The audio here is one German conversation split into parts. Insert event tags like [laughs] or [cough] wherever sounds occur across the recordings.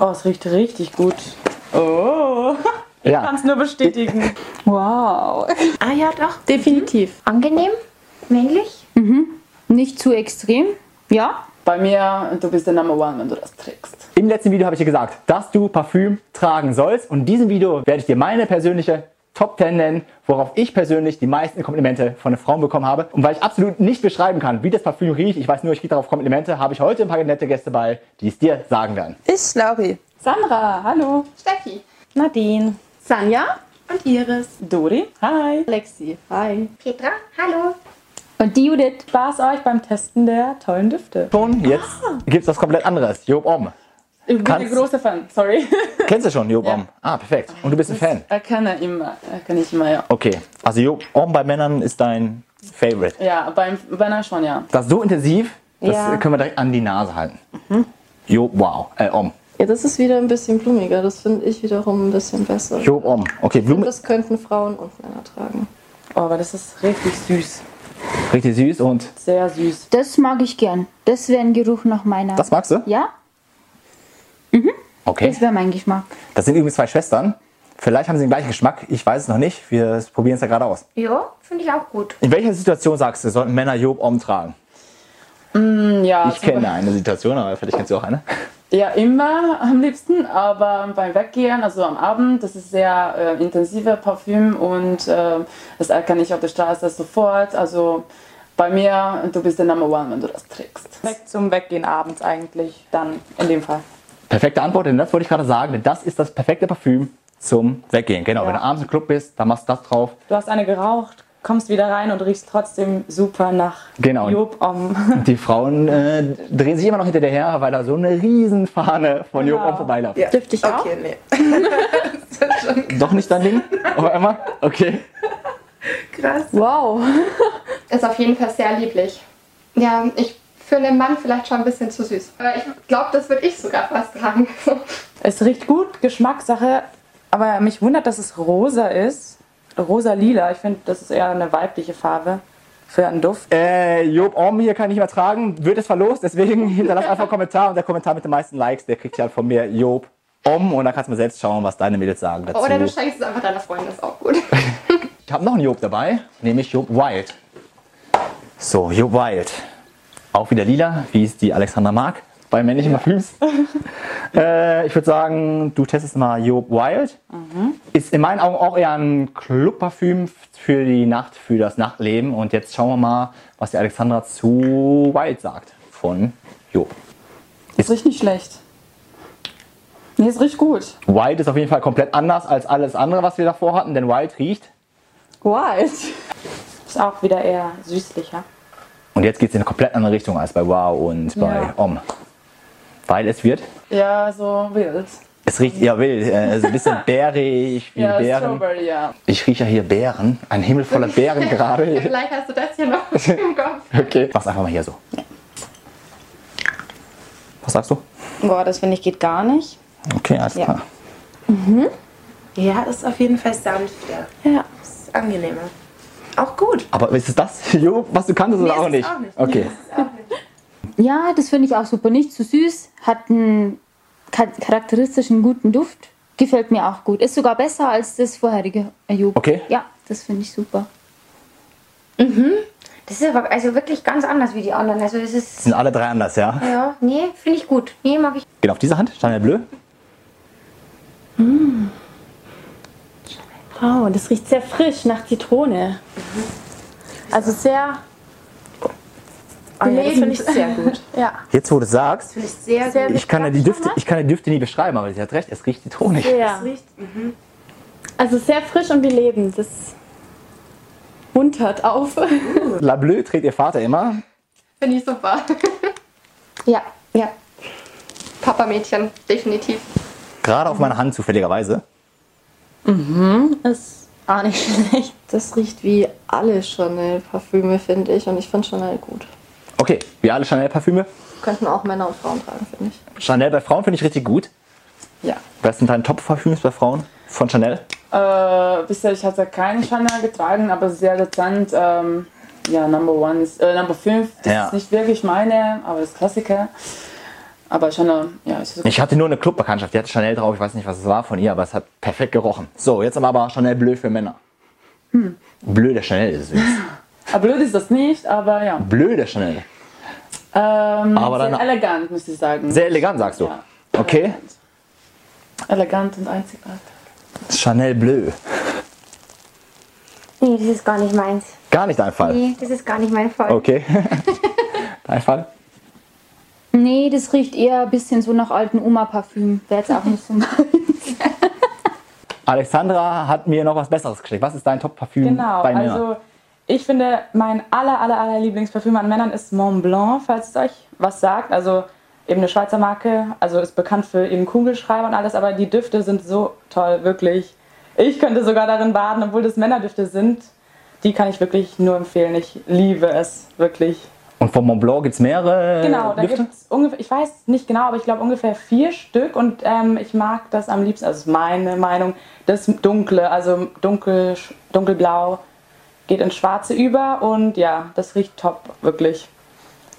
Oh, es riecht richtig gut. Oh. [laughs] Ich Ja. kann es nur bestätigen. Wow. Ah ja, doch. Mhm. Definitiv. Angenehm, männlich. Mhm. Nicht zu extrem. Ja, Bei mir, du bist der Number One, wenn du das trägst. Im letzten Video habe ich dir gesagt, dass du Parfüm tragen sollst. Und in diesem Video werde ich dir meine persönliche Top 10 nennen, worauf ich persönlich die meisten Komplimente von den Frauen bekommen habe. Und weil ich absolut nicht beschreiben kann, wie das Parfüm riecht, ich weiß nur, ich kriege darauf Komplimente, habe ich heute ein paar nette Gäste bei, die es dir sagen werden. Ich, Lauri. Sandra, hallo. Steffi. Nadine. Sanja. Und Iris. Dori, hi. Lexi. Hi. Petra, hallo. und die Judith. Spaß euch beim Testen der tollen Düfte. Schon, jetzt gibt's was komplett anderes. Job Om. Ich bin Kannst- ein großer Fan, sorry. [laughs] Kennst du schon, Job Ja. Om? Ah, perfekt. Und du bist ein Fan. Erkenne immer, erkenne ich immer, ja. Okay, also Job Om bei Männern ist dein Favorite. Ja, beim Banner schon, ja. Das ist so intensiv, das Ja. äh, können wir direkt an die Nase halten. Job Wow, äh, Om. Ja, das ist wieder ein bisschen blumiger. Das finde ich wiederum ein bisschen besser. Job Om. Okay, Blume Das könnten Frauen und Männer tragen. Oh, aber das ist richtig süß. Richtig süß und Sehr süß. Das mag ich gern. Das wäre ein Geruch nach meiner. das magst du? Ja, Okay. das wäre mein Geschmack. Das sind übrigens zwei Schwestern. Vielleicht haben sie den gleichen Geschmack. Ich weiß es noch nicht. Wir probieren es ja gerade aus. Ja, finde ich auch gut. In welcher Situation sagst du, sollten Männer Job Om tragen? Ja, Ich zum kenne eine Situation, aber vielleicht kennst du auch eine. Ja, immer am liebsten, aber beim Weggehen, also am Abend, das ist sehr äh, intensiver Parfüm und äh, das erkenne ich auf der Straße sofort. Also bei mir, du bist der Number One, wenn du das trägst. Weg zum Weggehen abends eigentlich, dann in dem Fall. Perfekte Antwort, denn das wollte ich gerade sagen, denn das ist das perfekte Parfüm zum Weggehen. Genau, Ja. wenn du abends im Club bist, dann machst du das drauf. Du hast eine geraucht, kommst wieder rein und riechst trotzdem super nach Genau. Job Om. [laughs] Die Frauen äh, drehen sich immer noch hinter dir her, weil da so eine Riesenfahne von Job Om vorbeiläuft. Dürfte ich okay, auch? Okay, nee. Doch nicht dein Ding? Auf einmal? Okay. Wow. Ist auf jeden Fall sehr lieblich. Ja, ich für einen Mann vielleicht schon ein bisschen zu süß. Aber ich glaube, das würde ich sogar fast tragen. Es riecht gut, Geschmackssache, aber mich wundert, dass es rosa ist. Rosa-lila, ich finde, das ist eher eine weibliche Farbe für einen Duft. Äh, Job Om hier kann ich nicht mehr tragen, wird es verlost, deswegen [laughs] hinterlass einfach einen Kommentar und der Kommentar mit den meisten Likes, der kriegt ja von mir Job Om und dann kannst du mal selbst schauen, was deine Mädels sagen dazu. Oder du schenkst es einfach deiner Freundin, ist auch gut. ich habe noch einen Job dabei, nämlich Job Wild. So, Job Wild. Auch wieder lila, wie es die Alexandra mag, bei männlichen Parfüms. äh, ich würde sagen, du testest mal Job Wild. Ist in meinen Augen auch eher ein Clubparfüm für die Nacht, für das Nachtleben. Und jetzt schauen wir mal, was die Alexandra zu Wild sagt von Job. Es riecht nicht schlecht. Nee, es riecht gut. Wild ist auf jeden Fall komplett anders als alles andere, was wir davor hatten, denn Wild riecht. Wild. Ist auch wieder eher süßlicher. Und jetzt geht es in eine komplett andere Richtung als bei Wow und bei Ja. Om. Weil es wird, Ja, so wild. es riecht eher wild, äh, so ein bisschen [laughs] bärig, wie Ja, Bären. Strawberry, ja. Ich rieche ja hier Bären, ein [laughs] Himmel voller Bären gerade. vielleicht hast du das hier noch im Kopf. Okay. Mach's einfach mal hier so. Was sagst du? Boah, das finde ich geht gar nicht. Okay, alles klar. Ja, ist auf jeden Fall sanfter. Ja. Ist angenehmer. Auch gut. Aber ist es das, [laughs] Jo, was du kanntest oder Nee, auch, es ist nicht? auch nicht. [laughs] Okay. Ja, das finde ich auch super. Nicht zu süß, hat einen cha- charakteristischen guten Duft. Gefällt mir auch gut. Ist sogar besser als das vorherige Joghurt. Okay. Ja, das finde ich super. Das ist aber also wirklich ganz anders wie die anderen. Also es ist. Sind alle drei anders, ja? Ja, nee, finde ich gut. Nee, mag ich. Genau, auf dieser Hand, Chanel Bleu. Oh, das riecht sehr frisch nach Zitrone. Also sehr, Oh, ja, das finde ich sehr gut. ja, Jetzt, wo du es sagst, Finde ich sehr, sehr ich kann, ja die Düfte, ich kann ja die Düfte nie beschreiben, aber sie hat recht, es riecht zitronig. sehr. Also sehr frisch und belebend. Das muntert auf. La Bleu trägt ihr Vater immer. Finde ich super. Ja, ja. Papa-Mädchen, definitiv. Gerade auf meiner Hand zufälligerweise. Ist auch nicht schlecht. Das riecht wie alle Chanel-Parfüme, finde ich. Und ich finde Chanel gut. Okay, wie alle Chanel-Parfüme. Könnten auch Männer und Frauen tragen, finde ich. Chanel bei Frauen finde ich richtig gut. Ja. Was sind deine Top-Parfüms bei Frauen von Chanel? Äh, bisher, ich hatte keine Chanel getragen, aber sehr dezent. Ähm, ja, Number One ist, äh, Number 5, das Ja. ist nicht wirklich meine, aber äh, ist Klassiker. Aber Chanel, ja, ist so. Ich hatte nur eine Clubbekanntschaft, die hatte Chanel drauf, ich weiß nicht, was es war von ihr, aber es hat perfekt gerochen. So, jetzt aber Chanel Bleu für Männer. Hm. Bleu der Chanel ist [laughs] es. übrigens. Aber blöd ist das nicht, aber ja. Bleu der Chanel. Ähm, Aber sehr dann- elegant, müsste ich sagen. Sehr elegant, sagst du. Ja. Okay. Elegant. Elegant und einzigartig. Chanel Bleu. Nee, das ist gar nicht meins. Gar nicht dein Fall. Nee, das ist gar nicht mein [laughs] Fall. Okay. dein Fall? Nee, das riecht eher ein bisschen so nach alten Oma-Parfüm. Wäre jetzt auch nicht so meins. Alexandra hat mir noch was Besseres geschickt. Was ist dein Top-Parfüm Genau, bei Männern? also ich finde, mein aller, aller, aller Lieblingsparfüm an Männern ist Mont Blanc, falls es euch was sagt. Also eben eine Schweizer Marke, also ist bekannt für eben Kugelschreiber und alles, aber die Düfte sind so toll, wirklich. Ich könnte sogar darin baden, obwohl das Männerdüfte sind. Die kann ich wirklich nur empfehlen. Ich liebe es, wirklich. Und von Montblanc gibt es mehrere Genau, da Düfte? gibt es ungefähr, ich weiß nicht genau, aber ich glaube ungefähr vier Stück und ähm, ich mag das am liebsten, also ist meine Meinung, das Dunkle, also dunkel, dunkelblau geht ins Schwarze über und ja, das riecht top, wirklich.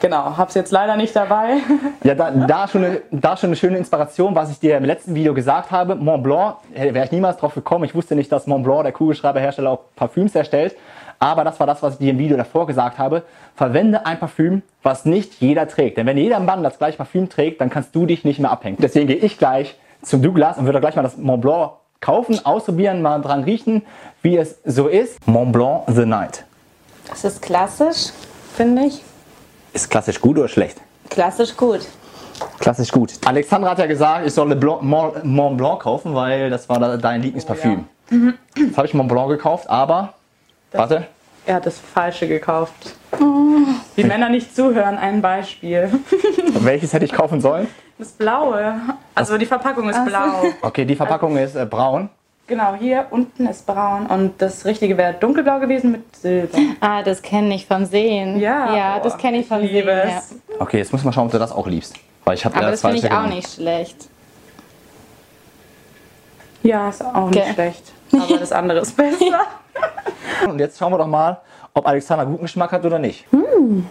Genau, hab's jetzt leider nicht dabei. [laughs] Ja, da, da, schon eine, da schon eine schöne Inspiration, was ich dir im letzten Video gesagt habe. Montblanc, wäre ich niemals drauf gekommen. Ich wusste nicht, dass Montblanc, der Kugelschreiberhersteller, auch Parfüms herstellt. Aber das war das, was ich dir im Video davor gesagt habe. Verwende ein Parfüm, was nicht jeder trägt. Denn wenn jeder im Mann das gleiche Parfüm trägt, dann kannst du dich nicht mehr abhängen. Deswegen gehe ich gleich zum Douglas und würde gleich mal das Montblanc kaufen, ausprobieren, mal dran riechen, wie es so ist. Montblanc The Night. Es ist klassisch, finde ich. Ist klassisch gut oder schlecht? Klassisch gut. Klassisch gut. Alexandra hat ja gesagt, ich soll Le Blanc, Mont, Mont Blanc kaufen, weil das war da dein Lieblingsparfüm. Jetzt habe ich Mont Blanc gekauft, aber. Warte. Er hat das Falsche gekauft. Oh. Die Männer nicht zuhören, ein Beispiel. [laughs] Welches hätte ich kaufen sollen? Das Blaue, also die Verpackung ist blau. Okay, die Verpackung ist äh, braun. Genau, hier unten ist braun und das richtige wäre dunkelblau gewesen mit Silber. [laughs] Ah, das kenne ich vom Sehen. Ja, oh, das kenne ich vom liebe Sehen. Ja. es. Okay, jetzt muss man schauen, ob du das auch liebst. Weil ich genau. Aber habe ja das finde ich auch genommen. nicht schlecht. Ja, ist auch nicht Gell. [laughs] schlecht. Aber das andere ist besser. Und jetzt schauen wir doch mal, ob Alexandra guten Geschmack hat oder nicht. Hm?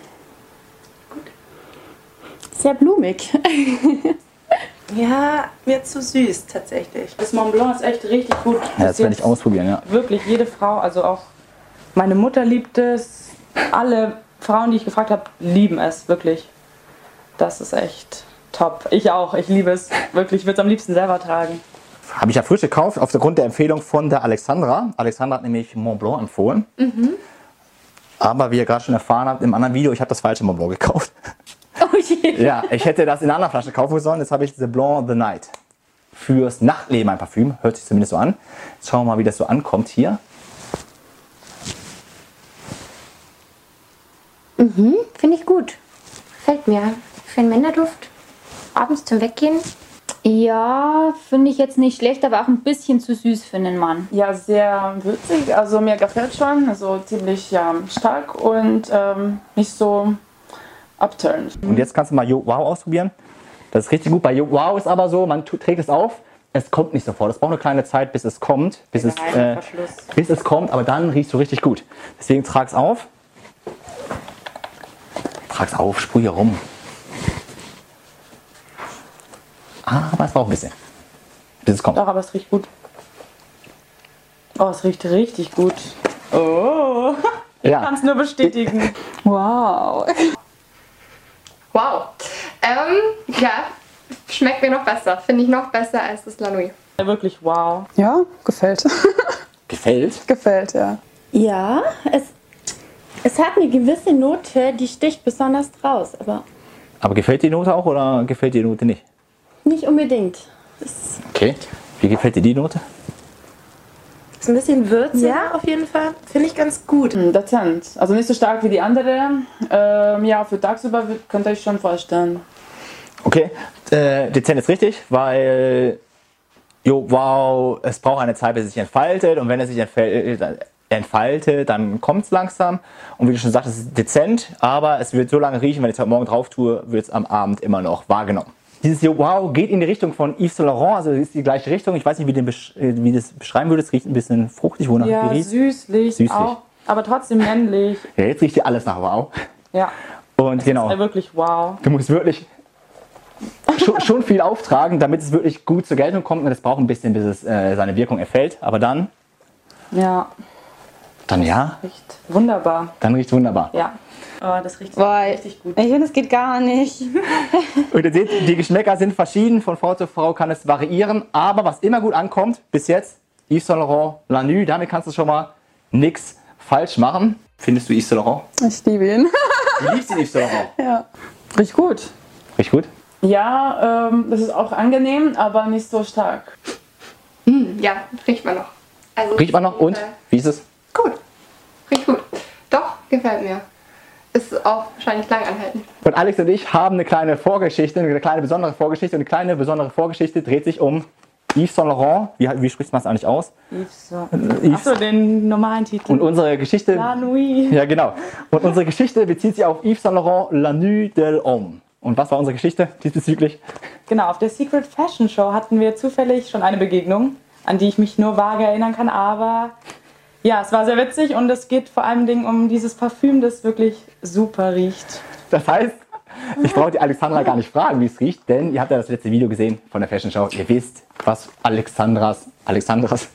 Sehr blumig. [laughs] Ja, mir zu süß tatsächlich. Das Mont Blanc ist echt richtig gut. Ja, das werde ich ausprobieren, ja. Wirklich jede Frau, also auch meine Mutter liebt es. Alle Frauen, die ich gefragt habe, lieben es wirklich. Das ist echt top. Ich auch, ich liebe es wirklich. Ich würde es am liebsten selber tragen. Habe ich ja frisch gekauft, aufgrund der Empfehlung von der Alexandra. Alexandra hat nämlich Mont Blanc empfohlen. Aber wie ihr gerade schon erfahren habt, im anderen Video, ich habe das falsche Mont Blanc gekauft. oh je. [laughs] Ja, ich hätte das in einer anderen Flasche kaufen sollen. Jetzt habe ich The Blanc The Night. Fürs Nachtleben ein Parfüm. Hört sich zumindest so an. Jetzt schauen wir mal, wie das so ankommt hier. Finde ich gut. Gefällt mir. Für einen Männerduft. Abends zum Weggehen. [laughs] Ja, finde ich jetzt nicht schlecht, aber auch ein bisschen zu süß für einen Mann. Ja, sehr würzig. Also mir gefällt schon. Also ziemlich ja, stark und ähm, nicht so upturned. Und jetzt kannst du mal Yo Wow ausprobieren. Das ist richtig gut. Bei Yo Wow ist aber so, man tu- trägt es auf. Es kommt nicht sofort. Es braucht eine kleine Zeit, bis es kommt. Bis es, äh, bis es kommt, aber dann riechst du richtig gut. Deswegen trag es auf. Trag es auf, sprüh hier rum. Aber es braucht ein bisschen, bis es kommt. Doch, aber es riecht gut. Oh, es riecht richtig gut. Oh, [laughs] Ja. Kann es nur bestätigen. Wow. Ähm, ja, schmeckt mir noch besser. Finde ich noch besser als das Lanui. wirklich wow. Ja, gefällt. [laughs] Gefällt? gefällt, ja. Ja, es, es hat eine gewisse Note, die sticht besonders raus, aber Aber gefällt die Note auch oder gefällt die Note nicht? nicht unbedingt. Okay. Wie gefällt dir die Note? Ist ein bisschen würzig auf jeden Fall. Finde ich ganz gut. Hm, dezent. Also nicht so stark wie die andere. Ähm, ja, für tagsüber wür- könnte ich schon vorstellen. Okay. Äh, dezent ist richtig, weil jo, wow, es braucht eine Zeit, bis es sich entfaltet und wenn es sich entfäl- äh, entfaltet, dann kommt es langsam und wie du schon sagtest, es ist dezent, aber es wird so lange riechen, wenn ich es heute Morgen drauf tue, wird es am Abend immer noch wahrgenommen. Dieses Jo, wow geht in die Richtung von Yves Saint Laurent, also ist die gleiche Richtung. Ich weiß nicht, wie, den besch äh, wie das beschreiben würdest. Riecht ein bisschen fruchtig, wonach Ja, die riecht. süßlich, Süßlich. auch. Aber trotzdem männlich. Ja, jetzt riecht dir alles nach Wow. Ja, Und genau. äh, wirklich wow. Du musst wirklich schon, schon viel auftragen, damit es wirklich gut zur Geltung kommt. Und es braucht ein bisschen, bis es äh, seine Wirkung erfällt. Aber dann, Ja, dann ja, riecht wunderbar. dann riecht wunderbar. Ja. Oh, das riecht richtig gut. Ich finde, es geht gar nicht. [laughs] Und ihr seht, die Geschmäcker sind verschieden. Von Frau zu Frau kann es variieren. Aber was immer gut ankommt, bis jetzt, Yves Saint Laurent Lanu. Damit kannst du schon mal nichts falsch machen. Findest du Yves Saint Laurent? Ich liebe ihn. Du liebst den Yves Saint Laurent. ja. Riecht gut. Riecht gut? Ja, ähm, das ist auch angenehm, aber nicht so stark. ja, riecht man noch. Also, Riecht man noch und wie ist es? Riecht gut. Doch, gefällt mir. Ist auch wahrscheinlich lang anhalten. Und Alex und ich haben eine kleine Vorgeschichte, eine kleine besondere Vorgeschichte. Und die kleine besondere Vorgeschichte dreht sich um Yves Saint Laurent. Wie, wie spricht man es eigentlich aus? Yves. Achso, den normalen Titel. Und unsere Geschichte. La Nuit. Ja, genau. Und unsere Geschichte bezieht sich auf Yves Saint Laurent La Nuit del Homme. Und was war unsere Geschichte diesbezüglich? Genau, auf der Secret Fashion Show hatten wir zufällig schon eine Begegnung, an die ich mich nur vage erinnern kann, aber ja, es war sehr witzig und es geht vor allem Dingen um dieses Parfüm, das wirklich super riecht. Das heißt, ich brauche die Alexandra gar nicht fragen, wie es riecht, denn ihr habt ja das letzte Video gesehen von der Fashion Show. Ihr wisst, was Alexandras, [laughs] Alexandras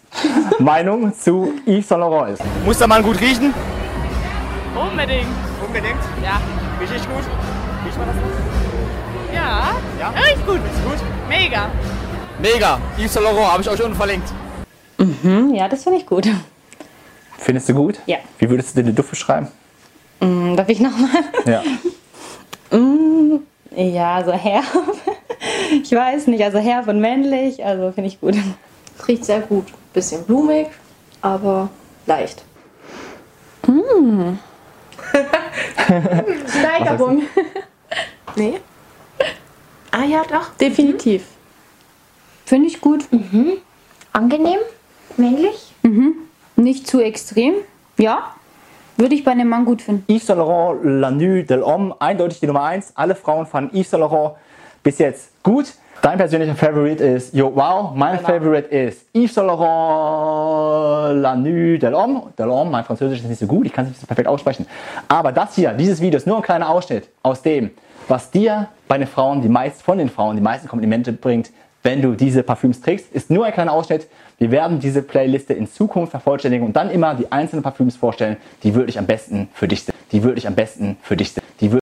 Meinung zu Yves Saint Laurent ist. Muss der Mann gut riechen? Unbedingt. Unbedingt? Ja. Richtig gut. Riecht man das gut? Ja. Ja? Richtig gut. Ist gut? Mega. Mega! Yves Saint Laurent, habe ich euch unten verlinkt. Hm, Mhm, ja, das finde ich gut. Findest du gut? Ja. Wie würdest du den Duft beschreiben? Hm, Mm, darf ich nochmal? Ja. Mm, ja, so herb. [laughs] Ich weiß nicht, also herb und männlich, also finde ich gut. Es riecht sehr gut. Bisschen blumig, aber leicht. Mm. Steigerung. Nee. Ah ja, doch. Definitiv. Finde ich gut. Mhm. Angenehm? Männlich? Mhm. Nicht zu extrem. Ja. Würde ich bei einem Mann gut finden. Yves Saint Laurent La Nuit de l'Homme, eindeutig die Nummer 1. Alle Frauen fanden Yves Saint Laurent bis jetzt gut. Dein persönlicher Favorite ist Yo Wow. Mein Favorite ist Yves Saint Laurent La Nuit de l'Homme. De l'Homme, mein Französisch ist nicht so gut, ich kann es nicht so perfekt aussprechen. Aber das hier, dieses Video ist nur ein kleiner Ausschnitt aus dem, was dir bei den Frauen, die meist von den Frauen, die meisten Komplimente bringt, wenn du diese Parfüms trägst, ist nur ein kleiner Ausschnitt. Wir werden diese Playliste in Zukunft vervollständigen und dann immer die einzelnen Parfüms vorstellen, die wirklich am besten für dich sind. Die wirklich am besten für dich sind. Die wirklich